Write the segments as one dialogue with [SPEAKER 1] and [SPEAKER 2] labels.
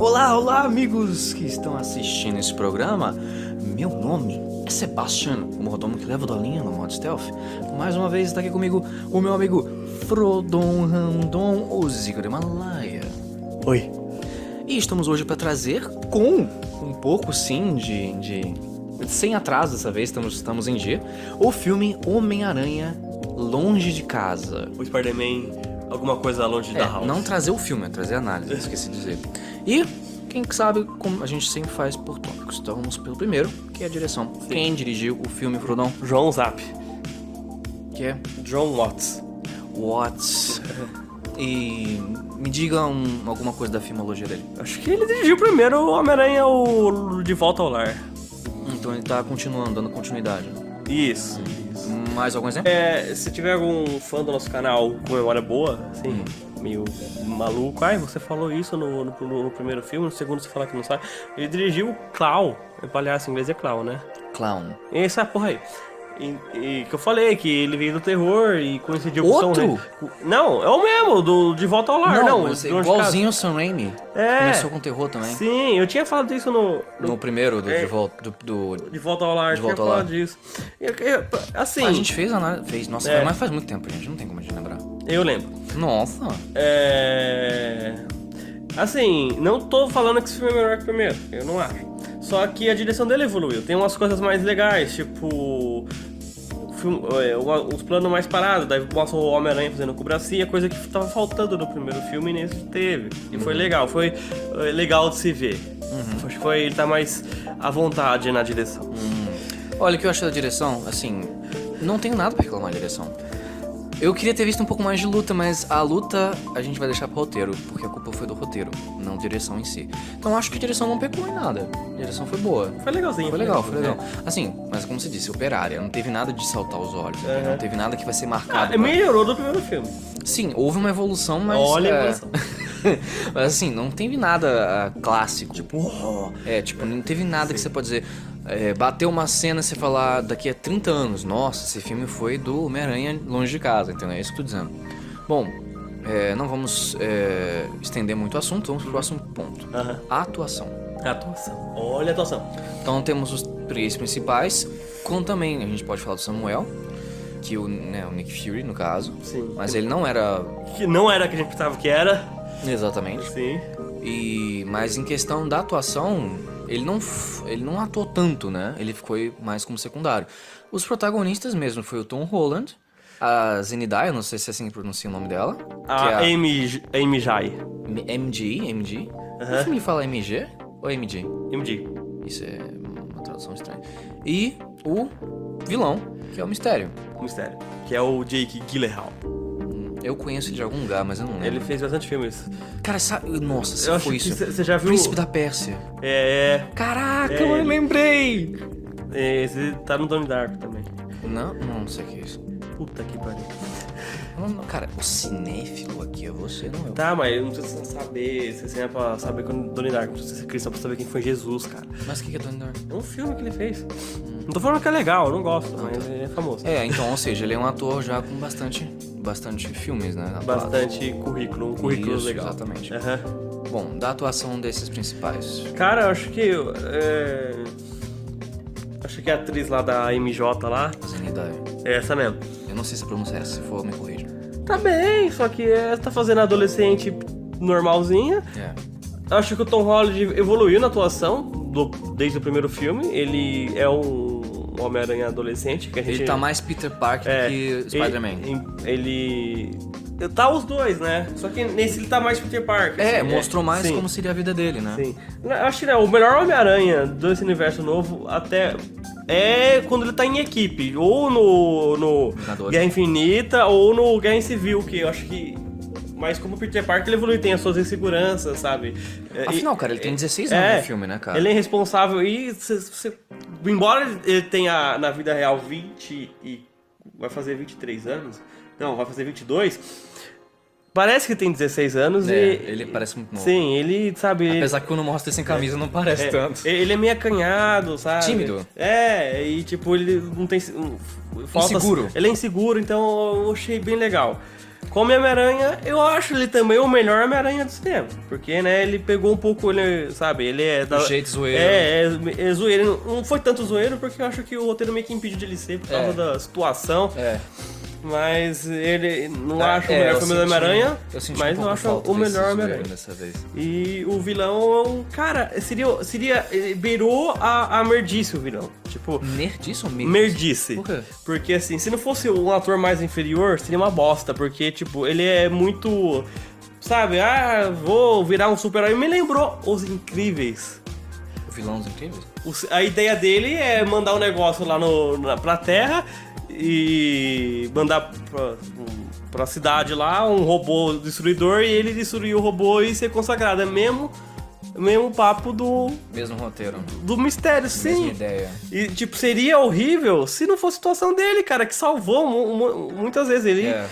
[SPEAKER 1] Olá, olá, amigos que estão assistindo esse programa. Meu nome é Sebastiano, o mordomo que leva o Dolinha no modo stealth. Mais uma vez está aqui comigo o meu amigo Frodon Randon, o Zico de Malaya.
[SPEAKER 2] Oi.
[SPEAKER 1] E estamos hoje para trazer com um pouco sim de, de- sem atraso dessa vez, estamos estamos em dia, o filme Homem-Aranha Longe de Casa.
[SPEAKER 2] O Spider-Man, alguma coisa longe da
[SPEAKER 1] É,
[SPEAKER 2] house.
[SPEAKER 1] não trazer o filme, é trazer a análise, esqueci de dizer. E quem que sabe como a gente sempre faz por tópicos. Então vamos pelo primeiro, que é a direção. Quem dirigiu o filme Frodon,
[SPEAKER 2] João Zap.
[SPEAKER 1] que é
[SPEAKER 2] John Watts.
[SPEAKER 1] Watts. E me diga um- alguma coisa da filmologia dele.
[SPEAKER 2] Acho que ele dirigiu primeiro o Homem-Aranha o De Volta ao Lar.
[SPEAKER 1] Então ele tá continuando, dando continuidade.
[SPEAKER 2] Isso.
[SPEAKER 1] Mais algum exemplo?
[SPEAKER 2] É, se tiver algum fã do nosso canal com memória boa, assim,
[SPEAKER 1] Hum.
[SPEAKER 2] meio maluco, ai, você falou isso no, no- no- no primeiro filme, no segundo você fala que não sabe. Ele dirigiu Clown. Palhaço em inglês é Clown, né?
[SPEAKER 1] Clown.
[SPEAKER 2] Essa é porra aí. E, e que eu falei, que ele veio do terror e coincidiu com o
[SPEAKER 1] Outro?
[SPEAKER 2] Tom Hanks. Não, é o mesmo, do De Volta ao Lar, Ah, não.
[SPEAKER 1] mas
[SPEAKER 2] do Longe de
[SPEAKER 1] é igualzinho o Sam Raimi.
[SPEAKER 2] É.
[SPEAKER 1] Começou com terror também.
[SPEAKER 2] Casa. Sim, eu tinha falado isso no. no-
[SPEAKER 1] né? No primeiro do,
[SPEAKER 2] É.
[SPEAKER 1] de volta, do, do-
[SPEAKER 2] De Volta ao Lar,
[SPEAKER 1] De
[SPEAKER 2] tinha
[SPEAKER 1] Volta ao Lar.
[SPEAKER 2] falado disso. Eu- eu- assim,
[SPEAKER 1] A gente fez a análise. Fez. Nossa,
[SPEAKER 2] É.
[SPEAKER 1] mas faz muito tempo, gente. Não tem como a gente lembrar.
[SPEAKER 2] eu lembro.
[SPEAKER 1] Nossa.
[SPEAKER 2] É. Assim, não tô falando que esse filme é melhor que o primeiro, eu não acho. Só que a direção dele evoluiu. Tem umas coisas mais legais, tipo. o filme- é, uma- os planos mais parados, daí mostra o Homem-Aranha fazendo cobracia, coisa que tava faltando no primeiro filme e nesse teve. E foi
[SPEAKER 1] Uhum.
[SPEAKER 2] legal, foi é, legal de se ver. Acho que foi ele tá mais à vontade na direção.
[SPEAKER 1] Olha, o que eu acho da direção, assim. Não tenho nada pra reclamar da direção. Eu queria ter visto um pouco mais de luta, mas a luta a gente vai deixar pro roteiro, porque a culpa foi do roteiro, não direção em si. Então acho que a direção não pecou em nada. A direção foi boa.
[SPEAKER 2] Foi né? legalzinho.
[SPEAKER 1] Foi legal, foi legal. Assim, mas como você disse, operária, não teve nada de saltar os olhos, né? não teve nada que vai ser marcado.
[SPEAKER 2] Ah,
[SPEAKER 1] pra-
[SPEAKER 2] melhorou do primeiro filme.
[SPEAKER 1] Sim, houve uma evolução, mas.
[SPEAKER 2] Olha a
[SPEAKER 1] é...
[SPEAKER 2] evolução.
[SPEAKER 1] mas assim, não teve nada ah, clássico. Tipo, ó, é, tipo, não teve nada que você pode dizer. É, bateu uma cena e você falar daqui a 30 anos, nossa, esse filme foi do Homem-Aranha longe de casa, entendeu? É isso que eu tô dizendo. Bom, é, não vamos é, estender muito o assunto, vamos pro próximo ponto.
[SPEAKER 2] Aham.
[SPEAKER 1] A atuação.
[SPEAKER 2] Atuação. Olha a atuação.
[SPEAKER 1] Então temos os três principais, como também a gente pode falar do Samuel, que o, né, o Nick Fury, no caso.
[SPEAKER 2] Sim.
[SPEAKER 1] Mas ele não era
[SPEAKER 2] Que não era o que a gente pensava que era.
[SPEAKER 1] exatamente.
[SPEAKER 2] Sim.
[SPEAKER 1] E mas em questão da atuação, ele não f- ele não atuou tanto, né? Ele ficou aí mais como secundário. Os protagonistas mesmo foi o Tom Holland, a Zendaya, não sei se é assim que pronuncia o nome dela, que é
[SPEAKER 2] A Amy, J- Amy Jai.
[SPEAKER 1] M- MG, MG. O filme fala MG ou MG?
[SPEAKER 2] MD.
[SPEAKER 1] Isso é uma tradução estranha. E o vilão, que é o Mistério.
[SPEAKER 2] Mistério. Que é o Jake Gyllenhaal.
[SPEAKER 1] Eu conheço ele de algum lugar, mas eu não lembro.
[SPEAKER 2] Ele fez bastante filmes.
[SPEAKER 1] Cara, sabe... Nossa, se
[SPEAKER 2] Eu acho
[SPEAKER 1] foi
[SPEAKER 2] que
[SPEAKER 1] isso.
[SPEAKER 2] cê- cê já viu-
[SPEAKER 1] Príncipe da Pérsia.
[SPEAKER 2] É,
[SPEAKER 1] Caraca,
[SPEAKER 2] É,
[SPEAKER 1] eu
[SPEAKER 2] ele-
[SPEAKER 1] lembrei!
[SPEAKER 2] é. Esse tá no Donnie Dark também.
[SPEAKER 1] Não, não sei o que é isso.
[SPEAKER 2] Puta que pariu.
[SPEAKER 1] Não, não, cara, o cinéfilo aqui é você, não eu.
[SPEAKER 2] Tá, mas eu não precisa saber. Se você é pra saber quando Donnie Dark. Não precisa ser cristão pra saber quem foi Jesus, cara.
[SPEAKER 1] Mas o que que é Donnie Dark?
[SPEAKER 2] É um filme que ele fez.
[SPEAKER 1] Hum.
[SPEAKER 2] Não tô falando que é legal, eu não gosto, mas ele é famoso.
[SPEAKER 1] É, então, ou seja, ele é um ator já com bastante, bastante filmes, né? atuado.
[SPEAKER 2] Bastante currículo, um currículo
[SPEAKER 1] Isso,
[SPEAKER 2] legal.
[SPEAKER 1] exatamente.
[SPEAKER 2] Aham.
[SPEAKER 1] Bom, da atuação desses principais.
[SPEAKER 2] Cara, eu acho que. eu, é, Acho que a atriz lá da MJ lá.
[SPEAKER 1] Zendaya.
[SPEAKER 2] É essa mesmo.
[SPEAKER 1] Eu não sei se a pronúncia é essa, se for, me corrija.
[SPEAKER 2] Tá bem, só que ela tá fazendo adolescente normalzinha.
[SPEAKER 1] É.
[SPEAKER 2] Acho que o Tom Holland evoluiu na atuação do- desde o primeiro filme. Ele é um Homem-Aranha adolescente. Que a gente,
[SPEAKER 1] Ele tá mais Peter Parker
[SPEAKER 2] é,
[SPEAKER 1] que
[SPEAKER 2] ele-
[SPEAKER 1] Spider-Man.
[SPEAKER 2] Ele, Tá os dois, né? Só que nesse ele tá mais Peter Parker.
[SPEAKER 1] É,
[SPEAKER 2] assim,
[SPEAKER 1] mostrou mais
[SPEAKER 2] Sim.
[SPEAKER 1] como seria a vida dele, né?
[SPEAKER 2] Sim. Eu acho que né, o melhor Homem-Aranha desse universo novo até é quando ele tá em equipe. Ou no, no
[SPEAKER 1] Vingadores.
[SPEAKER 2] Guerra Infinita ou no Guerra em Civil, que eu acho que. Mas como o Peter Parker ele evolui, tem as suas inseguranças, sabe? É, e-
[SPEAKER 1] Afinal, cara, ele tem 16 anos no filme, né, cara?
[SPEAKER 2] Ele é irresponsável e cê- cê- embora ele- ele tenha na vida real 20 e vai fazer 23 anos, não, vai fazer 22, parece que tem 16 anos
[SPEAKER 1] É,
[SPEAKER 2] e
[SPEAKER 1] ele parece muito novo.
[SPEAKER 2] Sim, ele sabe,
[SPEAKER 1] Apesar que quando mostra ele sem camisa não parece
[SPEAKER 2] é,
[SPEAKER 1] tanto.
[SPEAKER 2] Ele é meio acanhado, sabe?
[SPEAKER 1] Tímido.
[SPEAKER 2] É, e tipo, ele não tem. um, Falta,
[SPEAKER 1] Inseguro.
[SPEAKER 2] Ele é inseguro, então eu achei bem legal. Como Homem-Aranha, eu acho ele também o melhor Homem-Aranha do cinema. Porque, né, ele pegou um pouco, ele, sabe, ele é... Da,
[SPEAKER 1] jeito zoeiro.
[SPEAKER 2] É, é, é zoeiro. Ele Não não foi tanto zoeiro, porque eu acho que o roteiro meio que impediu de ele ser por causa
[SPEAKER 1] É.
[SPEAKER 2] da situação.
[SPEAKER 1] É.
[SPEAKER 2] Mas ele não
[SPEAKER 1] É,
[SPEAKER 2] acho o
[SPEAKER 1] é,
[SPEAKER 2] melhor
[SPEAKER 1] eu
[SPEAKER 2] filme do
[SPEAKER 1] senti-
[SPEAKER 2] Homem-Aranha,
[SPEAKER 1] eu senti um
[SPEAKER 2] mas não
[SPEAKER 1] pouco
[SPEAKER 2] acho
[SPEAKER 1] falta
[SPEAKER 2] o
[SPEAKER 1] desse
[SPEAKER 2] melhor
[SPEAKER 1] zoeiro
[SPEAKER 2] Homem-Aranha.
[SPEAKER 1] Dessa vez.
[SPEAKER 2] E o vilão é um. Cara, seria. seria eh, beirou a, a Merdice o vilão. Tipo,
[SPEAKER 1] Nerdice ou mesmo?
[SPEAKER 2] Merdice.
[SPEAKER 1] Por quê?
[SPEAKER 2] Porque assim, se não fosse um ator mais inferior, seria uma bosta. Porque, tipo, ele é muito. Sabe, ah, vou virar um super-herói. Me lembrou Os Incríveis.
[SPEAKER 1] O vilão dos incríveis?
[SPEAKER 2] Os- a ideia dele é mandar um negócio lá no, na, pra terra e mandar pra, pra cidade lá um robô destruidor e ele destruir o robô e ser consagrado. É mesmo, é mesmo papo do,
[SPEAKER 1] Mesmo roteiro.
[SPEAKER 2] do mistério, sim.
[SPEAKER 1] Mesma ideia.
[SPEAKER 2] E, tipo, seria horrível se não fosse a situação dele, cara, que salvou mu- mu- muitas vezes. Ele,
[SPEAKER 1] É.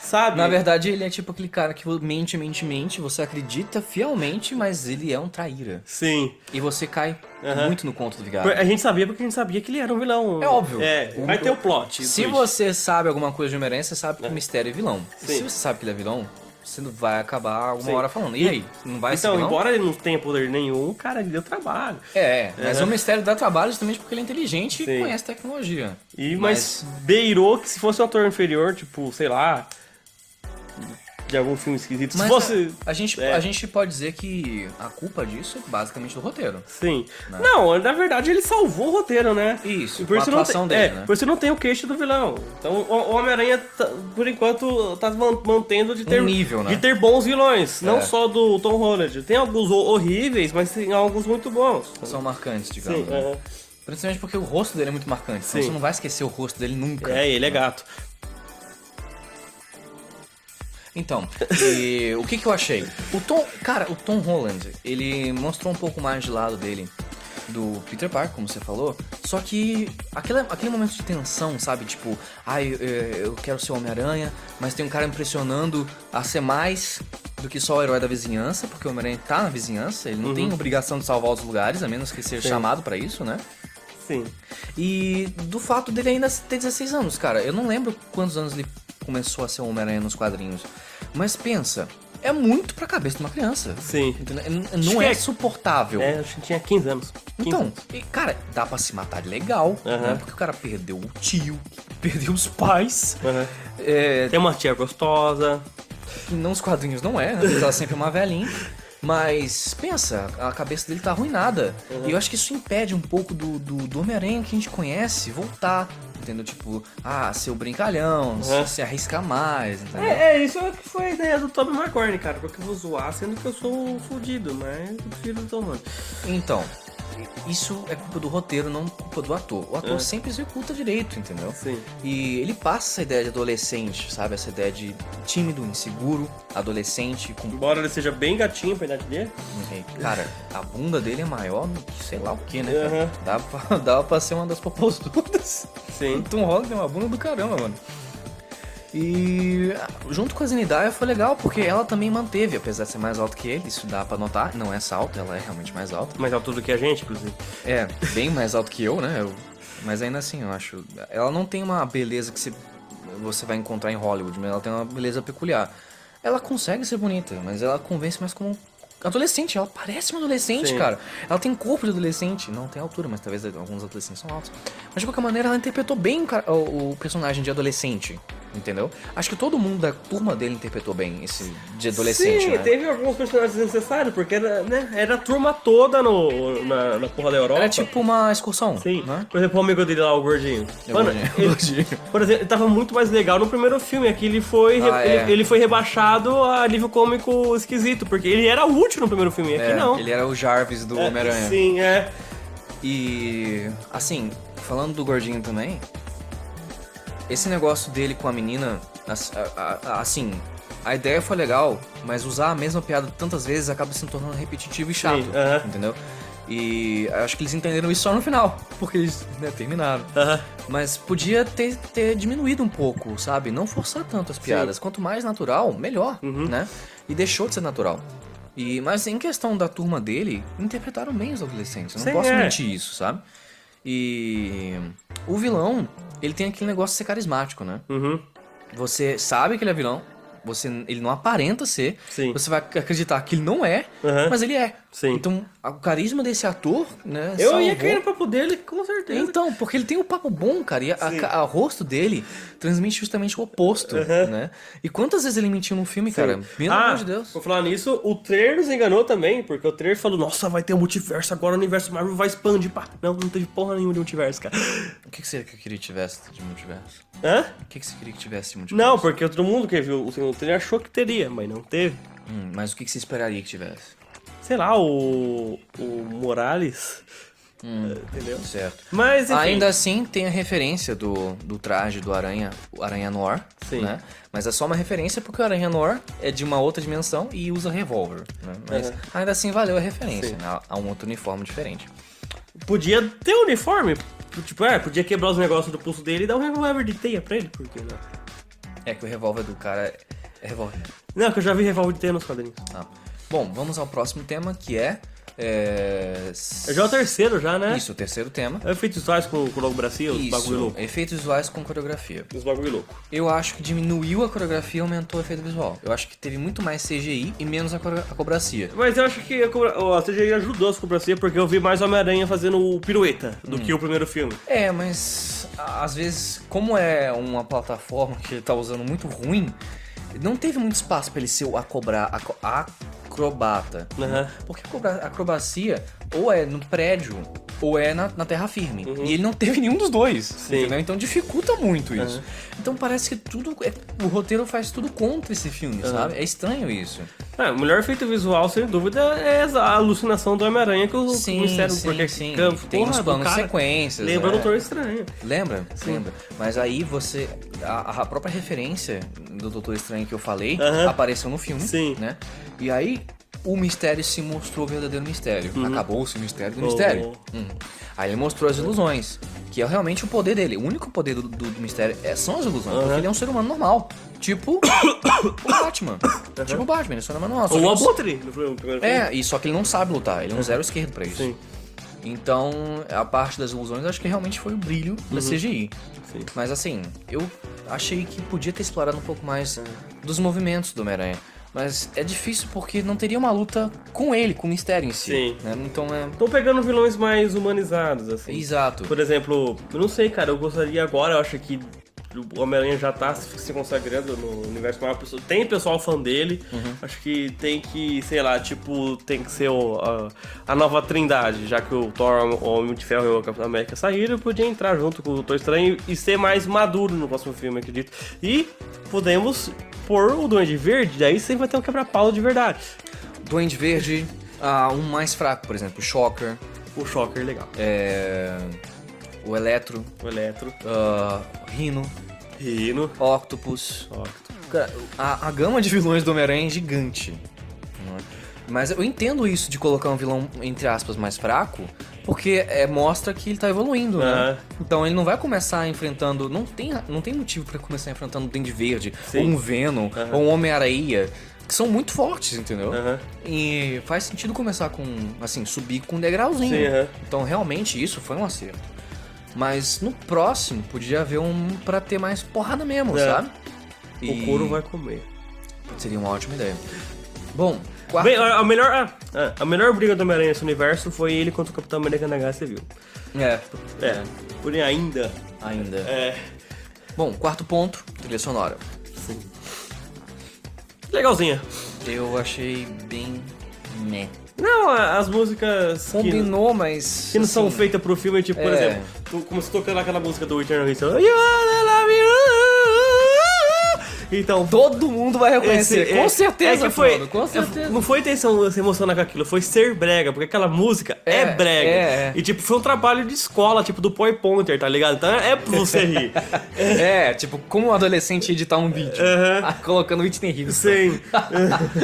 [SPEAKER 2] sabe?
[SPEAKER 1] Na verdade, ele é tipo aquele cara que mente, mente, mente, você acredita fielmente, mas ele é um traíra.
[SPEAKER 2] Sim.
[SPEAKER 1] E você cai
[SPEAKER 2] Aham. é,
[SPEAKER 1] muito no conto do vigário.
[SPEAKER 2] A gente sabia porque a gente sabia que ele era um vilão.
[SPEAKER 1] tá. É óbvio.
[SPEAKER 2] É,
[SPEAKER 1] O-
[SPEAKER 2] vai ter o plot.
[SPEAKER 1] Se
[SPEAKER 2] twist.
[SPEAKER 1] você sabe alguma coisa de Homem-Aranha, você sabe que o mistério é vilão.
[SPEAKER 2] Sim.
[SPEAKER 1] Se você sabe que ele é vilão, você não vai acabar alguma
[SPEAKER 2] Sim.
[SPEAKER 1] hora falando. E,
[SPEAKER 2] E-
[SPEAKER 1] aí? Não vai ser
[SPEAKER 2] Então,
[SPEAKER 1] vilão?
[SPEAKER 2] embora ele não tenha poder nenhum, cara, ele deu trabalho.
[SPEAKER 1] É, é, mas
[SPEAKER 2] Aham.
[SPEAKER 1] o mistério dá trabalho justamente porque ele é inteligente
[SPEAKER 2] Sim.
[SPEAKER 1] e conhece tecnologia.
[SPEAKER 2] E, mas, beirou que se fosse um ator inferior, tipo, sei lá. De algum filme esquisito.
[SPEAKER 1] Mas
[SPEAKER 2] se fosse.
[SPEAKER 1] a, a gente,
[SPEAKER 2] é.
[SPEAKER 1] a gente pode dizer que a culpa disso é basicamente do roteiro.
[SPEAKER 2] Sim. Não. na verdade ele salvou o roteiro, né?
[SPEAKER 1] Né. Isso,
[SPEAKER 2] E
[SPEAKER 1] com a
[SPEAKER 2] isso não
[SPEAKER 1] atuação
[SPEAKER 2] tem,
[SPEAKER 1] dele,
[SPEAKER 2] é,
[SPEAKER 1] né?
[SPEAKER 2] Por isso não tem o queixo do vilão. Então o o Homem-Aranha, tá- por enquanto, tá man- mantendo de ter,
[SPEAKER 1] nível, né?
[SPEAKER 2] de ter bons vilões. Não
[SPEAKER 1] É.
[SPEAKER 2] só do Tom Holland. Tem alguns ho- horríveis, mas tem alguns muito bons.
[SPEAKER 1] São marcantes, digamos.
[SPEAKER 2] Sim,
[SPEAKER 1] né?
[SPEAKER 2] é.
[SPEAKER 1] Principalmente porque o rosto dele é muito marcante. então
[SPEAKER 2] Sim.
[SPEAKER 1] você não vai esquecer o rosto dele nunca.
[SPEAKER 2] é, ele é gato.
[SPEAKER 1] Então, e o que, que eu achei? O Tom. Cara, o Tom Holland, ele mostrou um pouco mais de lado dele. Do Peter Parker, como você falou. Só que aquele, aquele momento de tensão, sabe? Tipo, ai, eu, eu quero ser o Homem-Aranha, mas tem um cara me pressionando a ser mais do que só o herói da vizinhança, porque o Homem-Aranha tá na vizinhança, ele não
[SPEAKER 2] Uhum.
[SPEAKER 1] tem obrigação de salvar os lugares, a menos que seja chamado pra isso, né?
[SPEAKER 2] Sim.
[SPEAKER 1] E do fato dele ainda ter 16 anos, cara. Eu não lembro quantos anos ele começou a ser o Homem-Aranha nos quadrinhos. Mas pensa, é muito pra cabeça de uma criança.
[SPEAKER 2] Sim.
[SPEAKER 1] Entendeu? N- Não
[SPEAKER 2] que
[SPEAKER 1] é
[SPEAKER 2] é-
[SPEAKER 1] suportável.
[SPEAKER 2] É, acho que tinha 15 anos. 15
[SPEAKER 1] Então,
[SPEAKER 2] anos.
[SPEAKER 1] e, cara, dá pra se matar de legal, né? Porque o cara perdeu o tio, perdeu os pais.
[SPEAKER 2] Aham.
[SPEAKER 1] É,
[SPEAKER 2] Tem uma tia gostosa.
[SPEAKER 1] que nos quadrinhos não é, né? Porque Ela sempre é uma velhinha. Mas pensa, a cabeça dele tá arruinada. E eu acho que isso impede um pouco do, do, do Homem-Aranha que a gente conhece voltar. Entendeu? Tipo, ah, ser o brincalhão,
[SPEAKER 2] Uhum.
[SPEAKER 1] se, se arriscar mais, entendeu?
[SPEAKER 2] É, é, isso é o que foi a ideia do Tom McCorney, cara. Porque eu vou zoar, sendo que eu sou fudido, mas eu prefiro o Tom Holland.
[SPEAKER 1] Então, isso é culpa do roteiro, não culpa do ator. O ator
[SPEAKER 2] Uhum.
[SPEAKER 1] sempre executa direito, entendeu?
[SPEAKER 2] Sim.
[SPEAKER 1] E ele passa essa ideia de adolescente, sabe? Essa ideia de tímido, inseguro, adolescente, com
[SPEAKER 2] Embora ele seja bem gatinho pra idade dele.
[SPEAKER 1] Ei, um Cara, a bunda dele é maior que sei lá o que, né?
[SPEAKER 2] Aham.
[SPEAKER 1] cara? Dava, pra, dava pra ser uma das popozudas. O
[SPEAKER 2] Sim.
[SPEAKER 1] Tom Holland tem uma bunda do caramba, mano. E ah, junto com a Zendaya foi legal, porque ela também manteve, apesar de ser mais alta que ele, isso dá pra notar. Não é essa alta, ela é realmente mais alta.
[SPEAKER 2] Mais alto do que a gente, inclusive.
[SPEAKER 1] É, bem mais alta que eu, né? Eu- mas ainda assim, eu acho. Ela não tem uma beleza que se- você vai encontrar em Hollywood, mas ela tem uma beleza peculiar. Ela consegue ser bonita, mas ela convence mais como adolescente. Ela parece uma adolescente,
[SPEAKER 2] Sim.
[SPEAKER 1] cara. Ela tem corpo de adolescente. Não tem altura, mas talvez alguns adolescentes são altos. Mas de qualquer maneira, ela interpretou bem o ca- o, o personagem de adolescente. Entendeu? Acho que todo mundo da turma dele interpretou bem esse de adolescente,
[SPEAKER 2] Sim,
[SPEAKER 1] né?
[SPEAKER 2] teve alguns personagens desnecessários, porque era, né, era a turma toda no, na, na porra da Europa.
[SPEAKER 1] Era tipo uma excursão,
[SPEAKER 2] Sim.
[SPEAKER 1] né?
[SPEAKER 2] Por exemplo, o amigo dele lá, o gordinho.
[SPEAKER 1] É
[SPEAKER 2] Mano,
[SPEAKER 1] gordinho,
[SPEAKER 2] ele-
[SPEAKER 1] gordinho.
[SPEAKER 2] por exemplo, ele tava muito mais legal no primeiro filme. Aqui ele foi, re-
[SPEAKER 1] Ah, é.
[SPEAKER 2] ele, ele foi rebaixado a nível cômico esquisito, porque ele era útil no primeiro filme, aqui
[SPEAKER 1] É,
[SPEAKER 2] não.
[SPEAKER 1] Ele era o Jarvis do
[SPEAKER 2] É,
[SPEAKER 1] Homem-Aranha.
[SPEAKER 2] Sim, é.
[SPEAKER 1] E assim, falando do gordinho também, esse negócio dele com a menina, as- a- a- a- assim, a ideia foi legal, mas usar a mesma piada tantas vezes acaba se tornando repetitivo e chato,
[SPEAKER 2] aham.
[SPEAKER 1] entendeu? E acho que eles entenderam isso só no final, porque eles né, terminaram.
[SPEAKER 2] Aham.
[SPEAKER 1] Mas podia ter, ter diminuído um pouco, sabe? Não forçar tanto as piadas. Quanto mais natural, melhor,
[SPEAKER 2] Uhum.
[SPEAKER 1] né? E deixou de ser natural. E, mas em questão da turma dele, interpretaram bem os adolescentes. Eu não
[SPEAKER 2] Sim,
[SPEAKER 1] posso
[SPEAKER 2] é.
[SPEAKER 1] mentir isso, sabe? E o vilão, ele tem aquele negócio de ser carismático, né?
[SPEAKER 2] Uhum.
[SPEAKER 1] Você sabe que ele é vilão, você, ele não aparenta ser.
[SPEAKER 2] Sim.
[SPEAKER 1] Você vai acreditar que ele não é,
[SPEAKER 2] Aham.
[SPEAKER 1] mas ele é.
[SPEAKER 2] Sim.
[SPEAKER 1] Então, a- o carisma desse ator, né?
[SPEAKER 2] Eu ia
[SPEAKER 1] salvou.
[SPEAKER 2] cair no papo dele, com certeza.
[SPEAKER 1] Então, porque ele tem um papo bom, cara, e a,
[SPEAKER 2] Sim.
[SPEAKER 1] a, ca- o rosto dele transmite justamente o oposto, né? E quantas vezes ele mentiu num filme, cara? Pelo
[SPEAKER 2] ah,
[SPEAKER 1] amor de Deus.
[SPEAKER 2] Vou falar nisso, o trailer nos enganou também, porque o trailer falou, nossa, vai ter um multiverso, agora o universo Marvel vai expandir, pá. Não, não teve porra nenhuma de multiverso, cara.
[SPEAKER 1] O que, que você que queria que tivesse de multiverso?
[SPEAKER 2] Hã?
[SPEAKER 1] O que, que você queria que tivesse de multiverso?
[SPEAKER 2] Não, porque todo mundo que viu assim, o trailer achou que teria, mas não teve.
[SPEAKER 1] Hum, mas o que, que você esperaria que tivesse?
[SPEAKER 2] Sei lá, o. o Morales. eh, Entendeu?
[SPEAKER 1] Certo.
[SPEAKER 2] Mas enfim,
[SPEAKER 1] Ainda assim, tem a referência do, do traje do Aranha, o Aranha Noir,
[SPEAKER 2] Sim.
[SPEAKER 1] né? Mas é só uma referência porque o Aranha Noir é de uma outra dimensão e usa revólver, né? Mas
[SPEAKER 2] Aham.
[SPEAKER 1] ainda assim valeu a referência,
[SPEAKER 2] Sim.
[SPEAKER 1] né? A- A um outro uniforme diferente.
[SPEAKER 2] podia ter um uniforme. Tipo, é, podia quebrar os negócios do pulso dele e dar um revólver de teia pra ele, porque não.
[SPEAKER 1] É que o revólver do cara é revólver.
[SPEAKER 2] Não, que eu já vi revólver de teia nos quadrinhos.
[SPEAKER 1] Ah. Bom, vamos ao próximo tema que é... é...
[SPEAKER 2] Já é o terceiro, já, né?
[SPEAKER 1] Isso, o terceiro tema.
[SPEAKER 2] É feito visuais com, com o logo Brasil, os bagulho
[SPEAKER 1] Isso,
[SPEAKER 2] louco.
[SPEAKER 1] efeitos visuais com coreografia.
[SPEAKER 2] Os bagulho louco.
[SPEAKER 1] Eu acho que diminuiu a coreografia e aumentou o efeito visual. Eu acho que teve muito mais CGI e menos a, core- a cobracia.
[SPEAKER 2] Mas eu acho que a, cobra- a CGI ajudou as cobracias, porque eu vi mais Homem-Aranha fazendo o pirueta do que o primeiro filme.
[SPEAKER 1] É, mas a- às vezes, como é uma plataforma que ele tá usando muito ruim, não teve muito espaço pra ele ser o acobra, aco- acrobata.
[SPEAKER 2] Aham.
[SPEAKER 1] Porque cobra- acrobacia ou é no prédio ou é na, na terra firme.
[SPEAKER 2] Uhum.
[SPEAKER 1] E ele não teve nenhum dos dois. Entendeu? Então dificulta muito isso. Então parece que tudo. é- o roteiro faz tudo contra esse filme, sabe? É estranho isso.
[SPEAKER 2] É, o melhor efeito visual, sem dúvida, é essa- a alucinação do Homem-Aranha que o
[SPEAKER 1] Sim,
[SPEAKER 2] mistério
[SPEAKER 1] sim,
[SPEAKER 2] porque
[SPEAKER 1] sim.
[SPEAKER 2] campo,
[SPEAKER 1] Tem
[SPEAKER 2] porra,
[SPEAKER 1] uns
[SPEAKER 2] do
[SPEAKER 1] planos
[SPEAKER 2] cara,
[SPEAKER 1] sequências,
[SPEAKER 2] Lembra
[SPEAKER 1] né?
[SPEAKER 2] do Doutor Estranho.
[SPEAKER 1] Lembra? Lembra. Mas aí você. A, a própria referência do Doutor Estranho que eu falei
[SPEAKER 2] Aham.
[SPEAKER 1] apareceu no filme.
[SPEAKER 2] Sim.
[SPEAKER 1] Né? E aí o mistério se mostrou o verdadeiro mistério. Acabou-se o mistério do
[SPEAKER 2] Uhum. Oh.
[SPEAKER 1] mistério. Hum. Aí ele mostrou as ilusões. Que é realmente o poder dele. O único poder do, do- do mistério é- são as ilusões. Porque ele é um ser humano normal. Tipo o Batman. Tipo o Batman, ele é um ser humano normal. só que
[SPEAKER 2] Ou o
[SPEAKER 1] ele não-
[SPEAKER 2] Abutre, no primeiro filme.
[SPEAKER 1] É, e só que ele não sabe lutar. Ele é um zero esquerdo pra isso.
[SPEAKER 2] Sim.
[SPEAKER 1] Então, a parte das ilusões, eu acho que realmente foi o brilho da
[SPEAKER 2] Uhum.
[SPEAKER 1] CGI.
[SPEAKER 2] Sim.
[SPEAKER 1] Mas assim, eu achei que podia ter explorado um pouco mais dos movimentos do Homem-Aranha. Mas é difícil porque não teria uma luta com ele, com o mistério em si.
[SPEAKER 2] Sim.
[SPEAKER 1] né? Então é.
[SPEAKER 2] Estão pegando vilões mais humanizados, assim.
[SPEAKER 1] Exato.
[SPEAKER 2] Por exemplo, eu não sei, cara, eu gostaria agora, eu acho que o Homem-Aranha já tá se se consagrando no universo maior. pessoa- Tem pessoal fã dele, acho que tem que, sei lá, tipo, tem que ser o- a, a nova trindade, já que o Thor, o Homem de Ferro e o Capitão América saíram, podia entrar junto com o Doutor Estranho e ser mais maduro no próximo filme, acredito. E podemos pôr o Duende Verde, daí sempre vai ter um quebra-pau de verdade.
[SPEAKER 1] Duende Verde, ah, um mais fraco, por exemplo, o Shocker,
[SPEAKER 2] O Shocker, legal.
[SPEAKER 1] é, o Eletro,
[SPEAKER 2] O Eletro,
[SPEAKER 1] ah, Rhino,
[SPEAKER 2] Rino,
[SPEAKER 1] Octopus.
[SPEAKER 2] Octo.
[SPEAKER 1] Cara, a, a gama de vilões do Homem-Aranha é gigante. né? Mas eu entendo isso de colocar um vilão, entre aspas, mais fraco, porque é, mostra que ele tá evoluindo, né?
[SPEAKER 2] Aham.
[SPEAKER 1] Então ele não vai começar enfrentando. Não tem, não tem motivo pra começar enfrentando um Dende Verde,
[SPEAKER 2] Sim.
[SPEAKER 1] ou um Venom,
[SPEAKER 2] Aham. É.
[SPEAKER 1] ou um Homem-Areia, que são muito fortes, entendeu?
[SPEAKER 2] Aham.
[SPEAKER 1] E faz sentido começar com. assim, subir com um degrauzinho.
[SPEAKER 2] Sim, aham.
[SPEAKER 1] Então realmente isso foi um acerto. Mas no próximo podia haver um pra ter mais porrada mesmo,
[SPEAKER 2] É.
[SPEAKER 1] sabe?
[SPEAKER 2] O couro vai comer.
[SPEAKER 1] Seria uma ótima ideia. Bom, quarto.
[SPEAKER 2] Bem, a, a melhor, ah, ah, a melhor briga do Homem-Aranha nesse universo foi ele contra o Capitão América na Guerra Civil.
[SPEAKER 1] É,
[SPEAKER 2] É, porém ainda.
[SPEAKER 1] ainda.
[SPEAKER 2] É.
[SPEAKER 1] Bom, quarto ponto, trilha sonora.
[SPEAKER 2] Legalzinha.
[SPEAKER 1] Eu achei bem. Meh.
[SPEAKER 2] Não, a- as músicas que, que
[SPEAKER 1] Combinou, mas.
[SPEAKER 2] não são
[SPEAKER 1] assim,
[SPEAKER 2] feitas pro filme, tipo, por
[SPEAKER 1] É.
[SPEAKER 2] exemplo, tu- como se tocando aquela música do Eternal Hitsel. You wanna love you. Então.
[SPEAKER 1] Todo mundo vai reconhecer.
[SPEAKER 2] esse-
[SPEAKER 1] com
[SPEAKER 2] é-
[SPEAKER 1] certeza,
[SPEAKER 2] é que foi,
[SPEAKER 1] Fernando, com certeza.
[SPEAKER 2] Não foi intenção se emocionar com aquilo, foi ser brega, porque aquela música é,
[SPEAKER 1] É,
[SPEAKER 2] brega.
[SPEAKER 1] é, é.
[SPEAKER 2] E tipo, foi um trabalho de escola, tipo, do Poi Ponter, tá ligado? Então é pra você rir.
[SPEAKER 1] É, tipo, como um adolescente editar um vídeo.
[SPEAKER 2] Aham.
[SPEAKER 1] Ah, Colocando Whitney Houston.
[SPEAKER 2] Sim.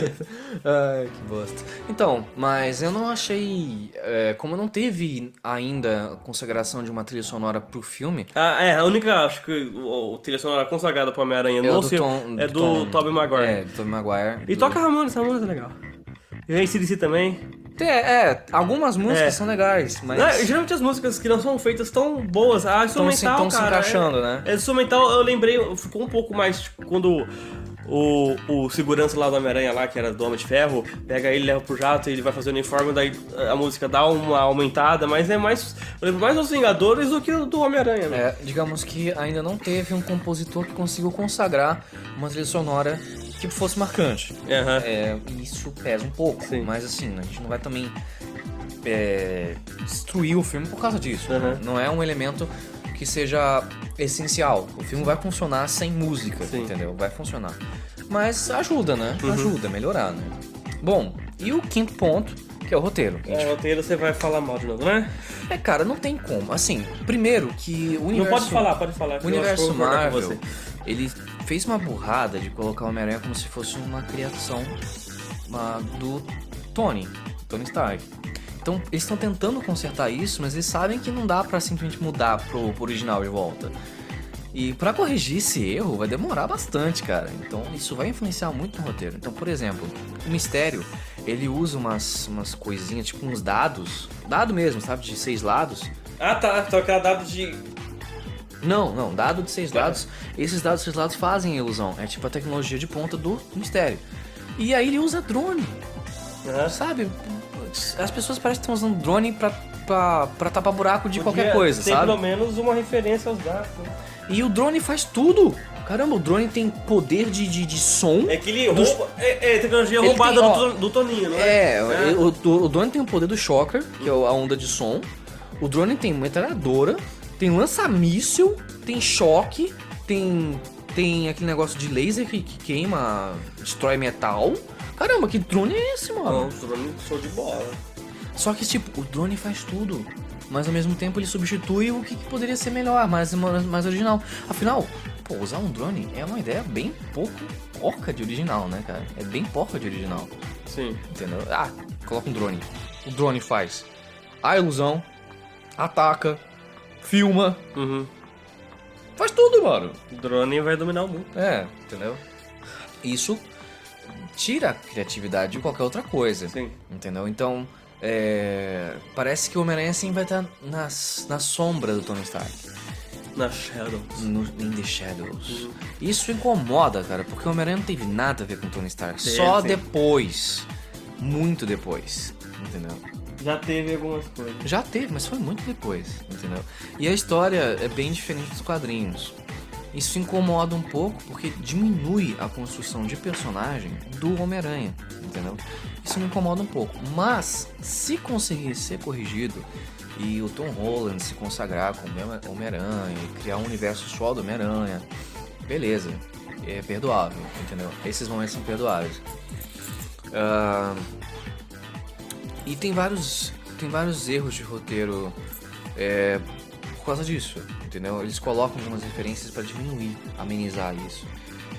[SPEAKER 1] Ai, que bosta. Então, mas eu não achei. é, como não teve ainda a consagração de uma trilha sonora pro filme,
[SPEAKER 2] Ah, é, a única, acho que o, o trilha sonora consagrada pro Homem-Aranha
[SPEAKER 1] é
[SPEAKER 2] no
[SPEAKER 1] o do
[SPEAKER 2] filme
[SPEAKER 1] Tom.
[SPEAKER 2] é do
[SPEAKER 1] Tom-
[SPEAKER 2] Tobey Maguire.
[SPEAKER 1] É, do Tobey Maguire.
[SPEAKER 2] E
[SPEAKER 1] do-
[SPEAKER 2] toca Ramones, Ramones é legal. E a ACDC também.
[SPEAKER 1] É, é, algumas músicas
[SPEAKER 2] É.
[SPEAKER 1] são legais, mas.
[SPEAKER 2] Não, geralmente as músicas que não são feitas tão boas, a
[SPEAKER 1] Tão se-
[SPEAKER 2] instrumental,
[SPEAKER 1] tão se
[SPEAKER 2] cara,
[SPEAKER 1] encaixando,
[SPEAKER 2] é,
[SPEAKER 1] né?
[SPEAKER 2] A instrumental, eu lembrei, ficou um pouco mais, tipo, quando o, o segurança lá do Homem-Aranha lá, que era do Homem de Ferro, pega ele, leva pro jato, ele vai fazer o uniforme, daí a música dá uma aumentada, mas é mais, por exemplo, mais os Vingadores do que o do Homem-Aranha, né?
[SPEAKER 1] É, digamos que ainda não teve um compositor que conseguiu consagrar uma trilha sonora que fosse marcante.
[SPEAKER 2] Aham.
[SPEAKER 1] É, e isso pesa um pouco,
[SPEAKER 2] Sim.
[SPEAKER 1] mas assim, a gente não vai também é, destruir o filme por causa disso.
[SPEAKER 2] Uhum.
[SPEAKER 1] né? Não é um elemento que seja essencial. O filme vai funcionar sem música,
[SPEAKER 2] Sim. Uhum.
[SPEAKER 1] entendeu? Vai funcionar. Mas ajuda, né? Ajuda a melhorar, né? Bom, e o quinto ponto, que é o roteiro. que a
[SPEAKER 2] É,
[SPEAKER 1] gente-
[SPEAKER 2] roteiro você vai falar mal de novo, né?
[SPEAKER 1] É, cara, não tem como. Assim, primeiro que o universo...
[SPEAKER 2] Não pode falar, pode falar. que
[SPEAKER 1] O
[SPEAKER 2] eu acho que eu
[SPEAKER 1] universo
[SPEAKER 2] vou concordar com
[SPEAKER 1] Marvel, ele fez uma burrada de colocar o Homem-Aranha como se fosse uma criação uma- do Tony, Tony Stark. Então, eles estão tentando consertar isso, mas eles sabem que não dá pra simplesmente mudar pro, pro original de volta. E pra corrigir esse erro vai demorar bastante, cara. Então isso vai influenciar muito no roteiro. Então, por exemplo, o mistério, ele usa umas, umas coisinhas, tipo uns dados, dado mesmo, sabe, de seis lados,
[SPEAKER 2] Ah, tá. Então aquela dado de.
[SPEAKER 1] não, não, dado de seis
[SPEAKER 2] Tá.
[SPEAKER 1] lados, esses dados de seis lados fazem ilusão. É tipo a tecnologia de ponta do mistério. E aí ele usa drone, sabe? As pessoas parecem que estão usando drone pra, pra, pra tapar buraco de qualquer coisa,
[SPEAKER 2] tem
[SPEAKER 1] sabe?
[SPEAKER 2] pelo menos uma referência aos dados. né?
[SPEAKER 1] E o drone faz tudo! Caramba, o drone tem poder de, de, de som.
[SPEAKER 2] É que ele rouba. É, é tecnologia
[SPEAKER 1] Ele
[SPEAKER 2] roubada
[SPEAKER 1] tem,
[SPEAKER 2] do,
[SPEAKER 1] ó,
[SPEAKER 2] Ton- do Toninho, não é?
[SPEAKER 1] É, o, o- o drone tem o poder do shocker, que é o- a onda de som. O drone tem metralhadora, tem lança-míssil, tem choque, tem tem aquele negócio de laser que, que queima, destrói metal. Caramba, que drone é esse, mano?
[SPEAKER 2] Não, o Toninho show de bola.
[SPEAKER 1] Só que, tipo, o drone faz tudo. Mas ao mesmo tempo ele substitui o que, que poderia ser melhor, mais, mais original. Afinal, pô, usar um drone é uma ideia bem pouco porca de original, né, cara? É bem porca de original.
[SPEAKER 2] Sim.
[SPEAKER 1] Entendeu? Ah, coloca um drone. O drone faz a ilusão, ataca, filma,
[SPEAKER 2] Uhum.
[SPEAKER 1] faz tudo, mano.
[SPEAKER 2] O drone vai dominar o mundo.
[SPEAKER 1] É, entendeu? Isso tira a criatividade de qualquer outra coisa.
[SPEAKER 2] Sim.
[SPEAKER 1] Entendeu? Então, é, parece que o Homem-Aranha assim vai estar nas, na sombra do Tony Stark.
[SPEAKER 2] Na Shadow.
[SPEAKER 1] No, in the Shadows. Isso incomoda, cara, porque o Homem-Aranha não teve nada a ver com o Tony Stark.
[SPEAKER 2] Sim,
[SPEAKER 1] Só
[SPEAKER 2] sim.
[SPEAKER 1] depois. Muito depois. Entendeu?
[SPEAKER 2] Já teve algumas coisas.
[SPEAKER 1] Já teve, mas foi muito depois, entendeu? E a história é bem diferente dos quadrinhos. Isso incomoda um pouco porque diminui a construção de personagem do Homem-Aranha, entendeu? Isso me incomoda um pouco. Mas, se conseguir ser corrigido e o Tom Holland se consagrar como Homem- Homem-Aranha e criar um universo só do Homem-Aranha, beleza. É perdoável, entendeu? Esses momentos são perdoáveis. Ah, e tem vários, tem vários erros de roteiro é, por causa disso, entendeu? Eles colocam algumas referências pra diminuir, amenizar isso.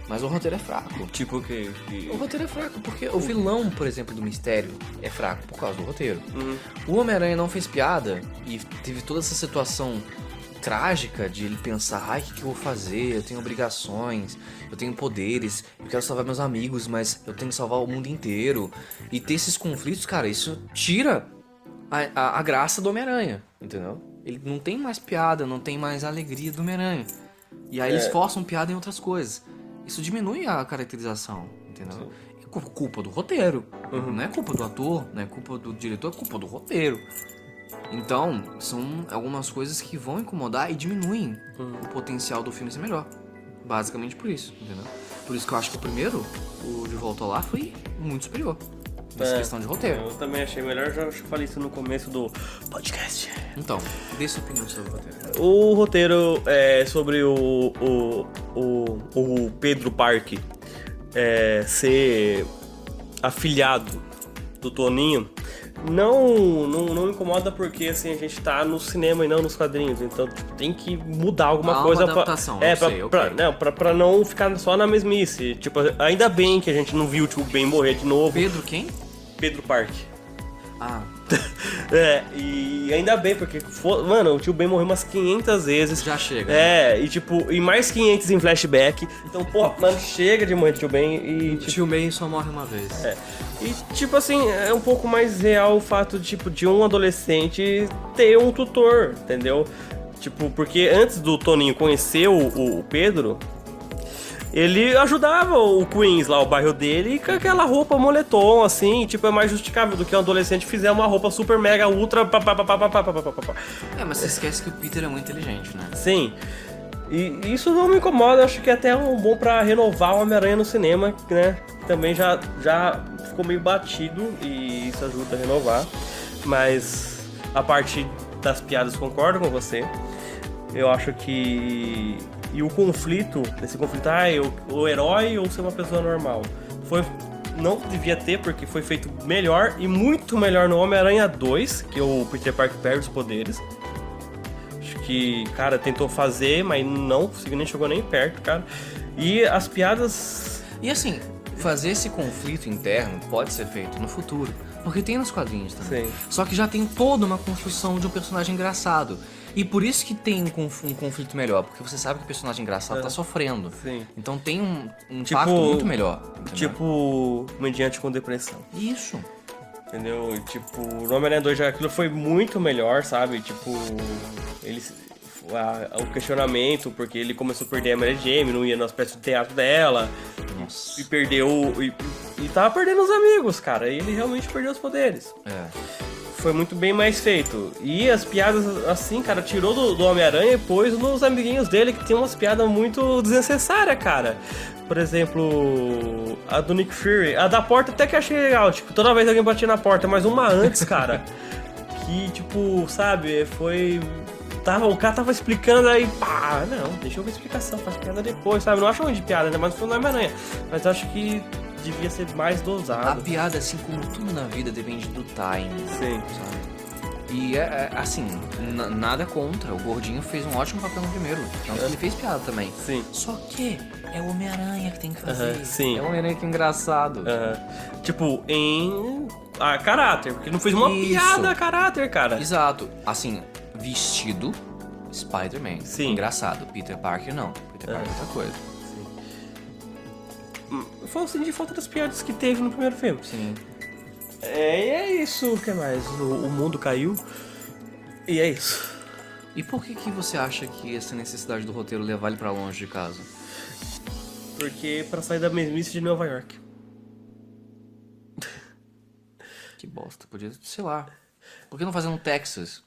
[SPEAKER 1] Mas o roteiro é fraco.
[SPEAKER 2] Tipo que.
[SPEAKER 1] O roteiro é fraco porque o vilão, por exemplo, do mistério é fraco por causa do roteiro.
[SPEAKER 2] Uhum.
[SPEAKER 1] O Homem-Aranha não fez piada e teve toda essa situação trágica de ele pensar, ai, o que, que eu vou fazer? Eu tenho obrigações, eu tenho poderes, eu quero salvar meus amigos, mas eu tenho que salvar o mundo inteiro. E ter esses conflitos, cara, isso tira a, a- a graça do Homem-Aranha, entendeu? Ele não tem mais piada, não tem mais a alegria do Homem-Aranha. E aí eles
[SPEAKER 2] É.
[SPEAKER 1] forçam piada em outras coisas. Isso diminui a caracterização, entendeu? É cu- culpa do roteiro.
[SPEAKER 2] Uhum.
[SPEAKER 1] Não é culpa do ator, não é culpa do diretor, é culpa do roteiro. Então, são algumas coisas que vão incomodar e diminuem
[SPEAKER 2] Uhum.
[SPEAKER 1] o potencial do filme ser melhor. Basicamente por isso, entendeu? Por isso que eu acho que o primeiro, o De Volta ao Lar, foi muito superior. Nessa
[SPEAKER 2] É.
[SPEAKER 1] questão de roteiro.
[SPEAKER 2] Eu também achei melhor, já falei isso no começo do podcast.
[SPEAKER 1] Então, dê sua opinião sobre o roteiro.
[SPEAKER 2] O roteiro é sobre o, o, o, o Pedro Park é, ser afiliado do Toninho. Não, não, não incomoda porque assim, a gente tá no cinema e não nos quadrinhos. Então tipo, tem que mudar alguma
[SPEAKER 1] Há uma
[SPEAKER 2] coisa. pra-
[SPEAKER 1] adaptação, eu
[SPEAKER 2] é, pra,
[SPEAKER 1] sei, eu
[SPEAKER 2] pra-
[SPEAKER 1] pego.
[SPEAKER 2] não, pra, pra não ficar só na mesmice. Tipo, ainda bem que a gente não viu tipo, o Ben morrer de novo.
[SPEAKER 1] Pedro quem?
[SPEAKER 2] Pedro Park.
[SPEAKER 1] Ah,
[SPEAKER 2] É, e ainda bem, porque, fo- mano, o tio Ben morreu umas 500 vezes.
[SPEAKER 1] Já chega, né?
[SPEAKER 2] É, e tipo, e mais 500 em flashback. Então, porra, mano, chega de morrer tio Ben e, tipo,
[SPEAKER 1] tio May só morre uma vez.
[SPEAKER 2] é. E, tipo assim, é um pouco mais real o fato de, tipo, de um adolescente ter um tutor, entendeu? Tipo, porque antes do Toninho conhecer o, o Pedro, ele ajudava o Queens lá, o bairro dele, com aquela roupa moletom, assim, tipo, é mais justificável do que um adolescente fizer uma roupa super mega ultra. Pá, pá, pá, pá, pá, pá, pá, pá, pá, pá.
[SPEAKER 1] É, mas você esquece que o Peter é muito inteligente, né?
[SPEAKER 2] Sim. E isso não me incomoda, eu acho que é até um bom pra renovar o Homem-Aranha no cinema, né? Também já, já ficou meio batido e isso ajuda a renovar. Mas a parte das piadas concordo com você. Eu acho que. E o conflito, esse conflito, ah, eu, o herói ou ser uma pessoa normal? Foi. Não devia ter, porque foi feito melhor e muito melhor no Homem-Aranha 2, que é o Peter Parker perde os poderes. Acho que, cara, tentou fazer, mas não conseguiu, nem chegou nem perto, cara. E as piadas.
[SPEAKER 1] E assim, fazer esse conflito interno pode ser feito no futuro. Porque tem nos quadrinhos também.
[SPEAKER 2] Sim.
[SPEAKER 1] Só que já tem toda uma construção de um personagem engraçado. E por isso que tem um, conf- um conflito melhor, porque você sabe que o personagem engraçado tá sofrendo.
[SPEAKER 2] É. Sim.
[SPEAKER 1] Então tem um, um
[SPEAKER 2] Tipo-
[SPEAKER 1] impacto muito melhor. entendeu?
[SPEAKER 2] Tipo, mediante com depressão.
[SPEAKER 1] Isso.
[SPEAKER 2] Entendeu? Tipo, no Homem-Aranha 2 já aquilo foi muito melhor, sabe? Tipo, eles. a- o questionamento, porque ele começou a perder a Mary Jane, não ia nas peças de teatro dela,
[SPEAKER 1] Nossa.
[SPEAKER 2] e perdeu. E, e tava perdendo os amigos, cara. E ele realmente perdeu os poderes.
[SPEAKER 1] É.
[SPEAKER 2] Foi muito bem mais feito. E as piadas, assim, cara, tirou do, do Homem-Aranha e pôs nos amiguinhos dele, que tem umas piadas muito desnecessárias, cara. Por exemplo, a do Nick Fury. A da porta até que achei legal, tipo, toda vez alguém batia na porta, mas uma antes, cara. que, tipo, sabe, foi. Tava, o cara tava explicando aí, pá, não, deixa eu ver a explicação, faz piada depois, sabe? Não acho ruim de piada, ainda mais no filme do Homem-Aranha. Mas eu acho que devia ser mais
[SPEAKER 1] A
[SPEAKER 2] dosado.
[SPEAKER 1] piada, assim como tudo na vida, depende do timing.
[SPEAKER 2] Sim.
[SPEAKER 1] sabe? E é, é, assim, n- nada contra. O Gordinho fez um ótimo papel no primeiro.
[SPEAKER 2] É.
[SPEAKER 1] Tanto que ele fez piada também.
[SPEAKER 2] Sim.
[SPEAKER 1] Só que é o Homem-Aranha que tem que fazer.
[SPEAKER 2] Aham, sim.
[SPEAKER 1] É o Homem-Aranha que é engraçado.
[SPEAKER 2] Aham. tipo, em. Ah, caráter, porque não fez uma
[SPEAKER 1] Isso.
[SPEAKER 2] piada a caráter, cara.
[SPEAKER 1] Exato. Assim, vestido, Spider-Man.
[SPEAKER 2] Sim.
[SPEAKER 1] Engraçado. Peter Parker, não. Peter Parker é outra coisa.
[SPEAKER 2] Foi assim de falta das piadas que teve no primeiro filme.
[SPEAKER 1] Sim.
[SPEAKER 2] É, e é isso, o que mais? O, o mundo caiu. E é isso.
[SPEAKER 1] E por que, que você acha que essa necessidade do roteiro levar ele pra longe de casa?
[SPEAKER 2] Porque pra sair da mesmice de Nova York.
[SPEAKER 1] Que bosta. Podia, sei lá. Por que não fazer um Texas?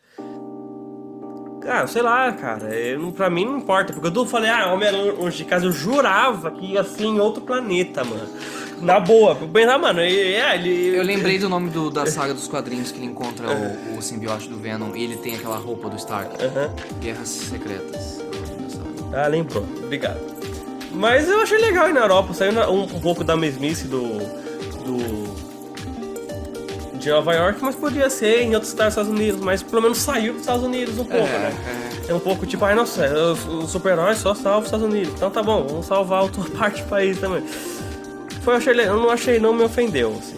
[SPEAKER 2] Cara, Ah, sei lá, cara. Eu, não- pra mim não importa. Porque eu falei, ah, Homem-Aranha longe de casa. Eu jurava que ia ser em outro planeta, mano. Na boa. Bem lá, mano. e- é, ele.
[SPEAKER 1] Eu lembrei do nome do- da saga dos quadrinhos que ele encontra o, o simbiote do Venom e ele tem aquela roupa do Stark.
[SPEAKER 2] Aham.
[SPEAKER 1] Guerras Secretas.
[SPEAKER 2] Ah, lembrou. Obrigado. Mas eu achei legal ir na Europa, saiu na- um, um pouco da mesmice do. do. de Nova York, mas podia ser em outros estados dos Estados Unidos, mas pelo menos saiu dos Estados Unidos um pouco, né? É um pouco tipo, ai nossa, o super-herói só salva os Estados Unidos. Então tá bom, vamos salvar a outra parte do país também. Foi, eu, achei, le- eu não achei, não me ofendeu. assim.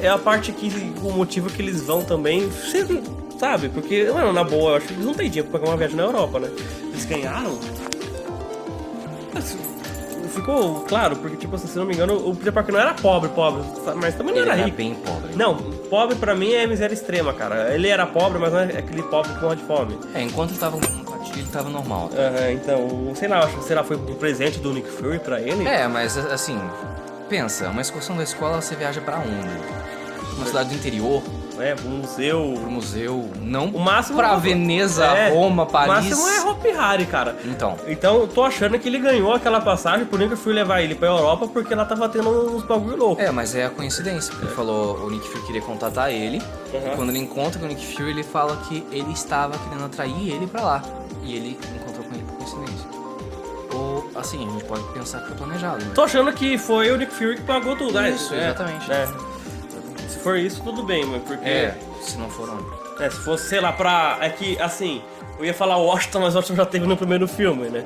[SPEAKER 2] É a parte que, o motivo que eles vão também, sempre, sabe? Porque, mano, na boa, eu acho que eles não têm dinheiro pra pagar uma viagem na Europa, né? Eles ganharam mas Ficou claro, porque, tipo, assim, se não me engano, o Peter Parker não era pobre, pobre, mas também não
[SPEAKER 1] Ele
[SPEAKER 2] era
[SPEAKER 1] era
[SPEAKER 2] rico.
[SPEAKER 1] bem pobre.
[SPEAKER 2] Não, pobre pra mim é miséria extrema, cara. Ele era pobre, mas não é aquele pobre que morre de fome.
[SPEAKER 1] É, enquanto ele tava com empatia, ele tava normal.
[SPEAKER 2] Aham, então, sei lá, acho que será foi um presente do Nick Fury pra ele?
[SPEAKER 1] É, mas assim, pensa, uma excursão da escola você viaja pra onde? Uma cidade do interior,
[SPEAKER 2] É, pro museu.
[SPEAKER 1] pro museu, não
[SPEAKER 2] O máximo.
[SPEAKER 1] pra Veneza,
[SPEAKER 2] É,
[SPEAKER 1] Roma, Paris.
[SPEAKER 2] O máximo é Hopi Hari, cara.
[SPEAKER 1] Então,
[SPEAKER 2] Então, eu tô achando que ele ganhou aquela passagem por Nick Fury levar ele pra Europa porque ela tava tendo uns bagulho louco.
[SPEAKER 1] é, mas é a coincidência, porque ele falou, o Nick Fury queria contatar ele, e quando ele encontra com o Nick Fury, ele fala que ele estava querendo atrair ele pra lá, e ele encontrou com ele por coincidência. Ou, assim, a gente pode pensar que foi planejado, né?
[SPEAKER 2] Tô achando que foi o Nick Fury que pagou tudo, né?
[SPEAKER 1] Isso,
[SPEAKER 2] É,
[SPEAKER 1] exatamente.
[SPEAKER 2] é. Se for isso, tudo bem, mas porque.
[SPEAKER 1] É, se não for onde.
[SPEAKER 2] É, se fosse, sei lá, pra. É que, assim, eu ia falar Washington, mas Washington já teve no primeiro filme, né?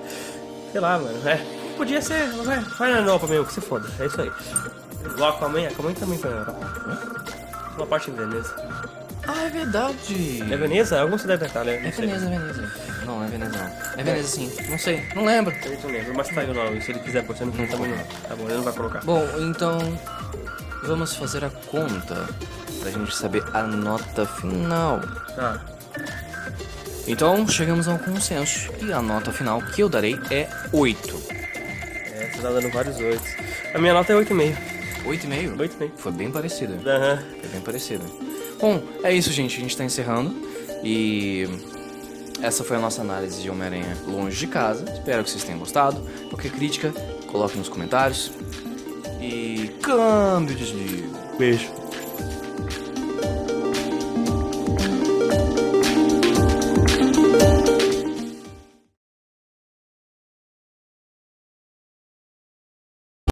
[SPEAKER 2] Sei lá, mano. É. Podia ser, mas é. Vai na Europa mesmo, que se foda. É isso aí. Igual com a mãe, a mãe também foi na Europa. Uma parte em Veneza.
[SPEAKER 1] Ah, é verdade!
[SPEAKER 2] É Veneza? Alguma cidade da Itália, não
[SPEAKER 1] É
[SPEAKER 2] sei.
[SPEAKER 1] Veneza, é Veneza. Não, é Veneza não. É Veneza sim. Não sei, não lembro.
[SPEAKER 2] Eu não lembro, mas tá aí o nome. Se ele quiser pôr, você não tem também não. Tá bom, ele não vai colocar.
[SPEAKER 1] Bom, então vamos fazer a conta pra gente saber a nota final.
[SPEAKER 2] Ah,
[SPEAKER 1] Então chegamos a um consenso e a nota final que eu darei é 8.
[SPEAKER 2] é, você tá dando vários 8. A minha nota é 8,5.
[SPEAKER 1] 8,5?
[SPEAKER 2] 8,5.
[SPEAKER 1] Foi bem parecida.
[SPEAKER 2] Aham.
[SPEAKER 1] É bem parecida. Bom, é isso, gente. A gente tá encerrando. E essa foi a nossa análise de Homem-Aranha Longe de Casa. Espero que vocês tenham gostado. Qualquer crítica, coloque nos comentários. E câmbio e desligo.
[SPEAKER 2] Beijo.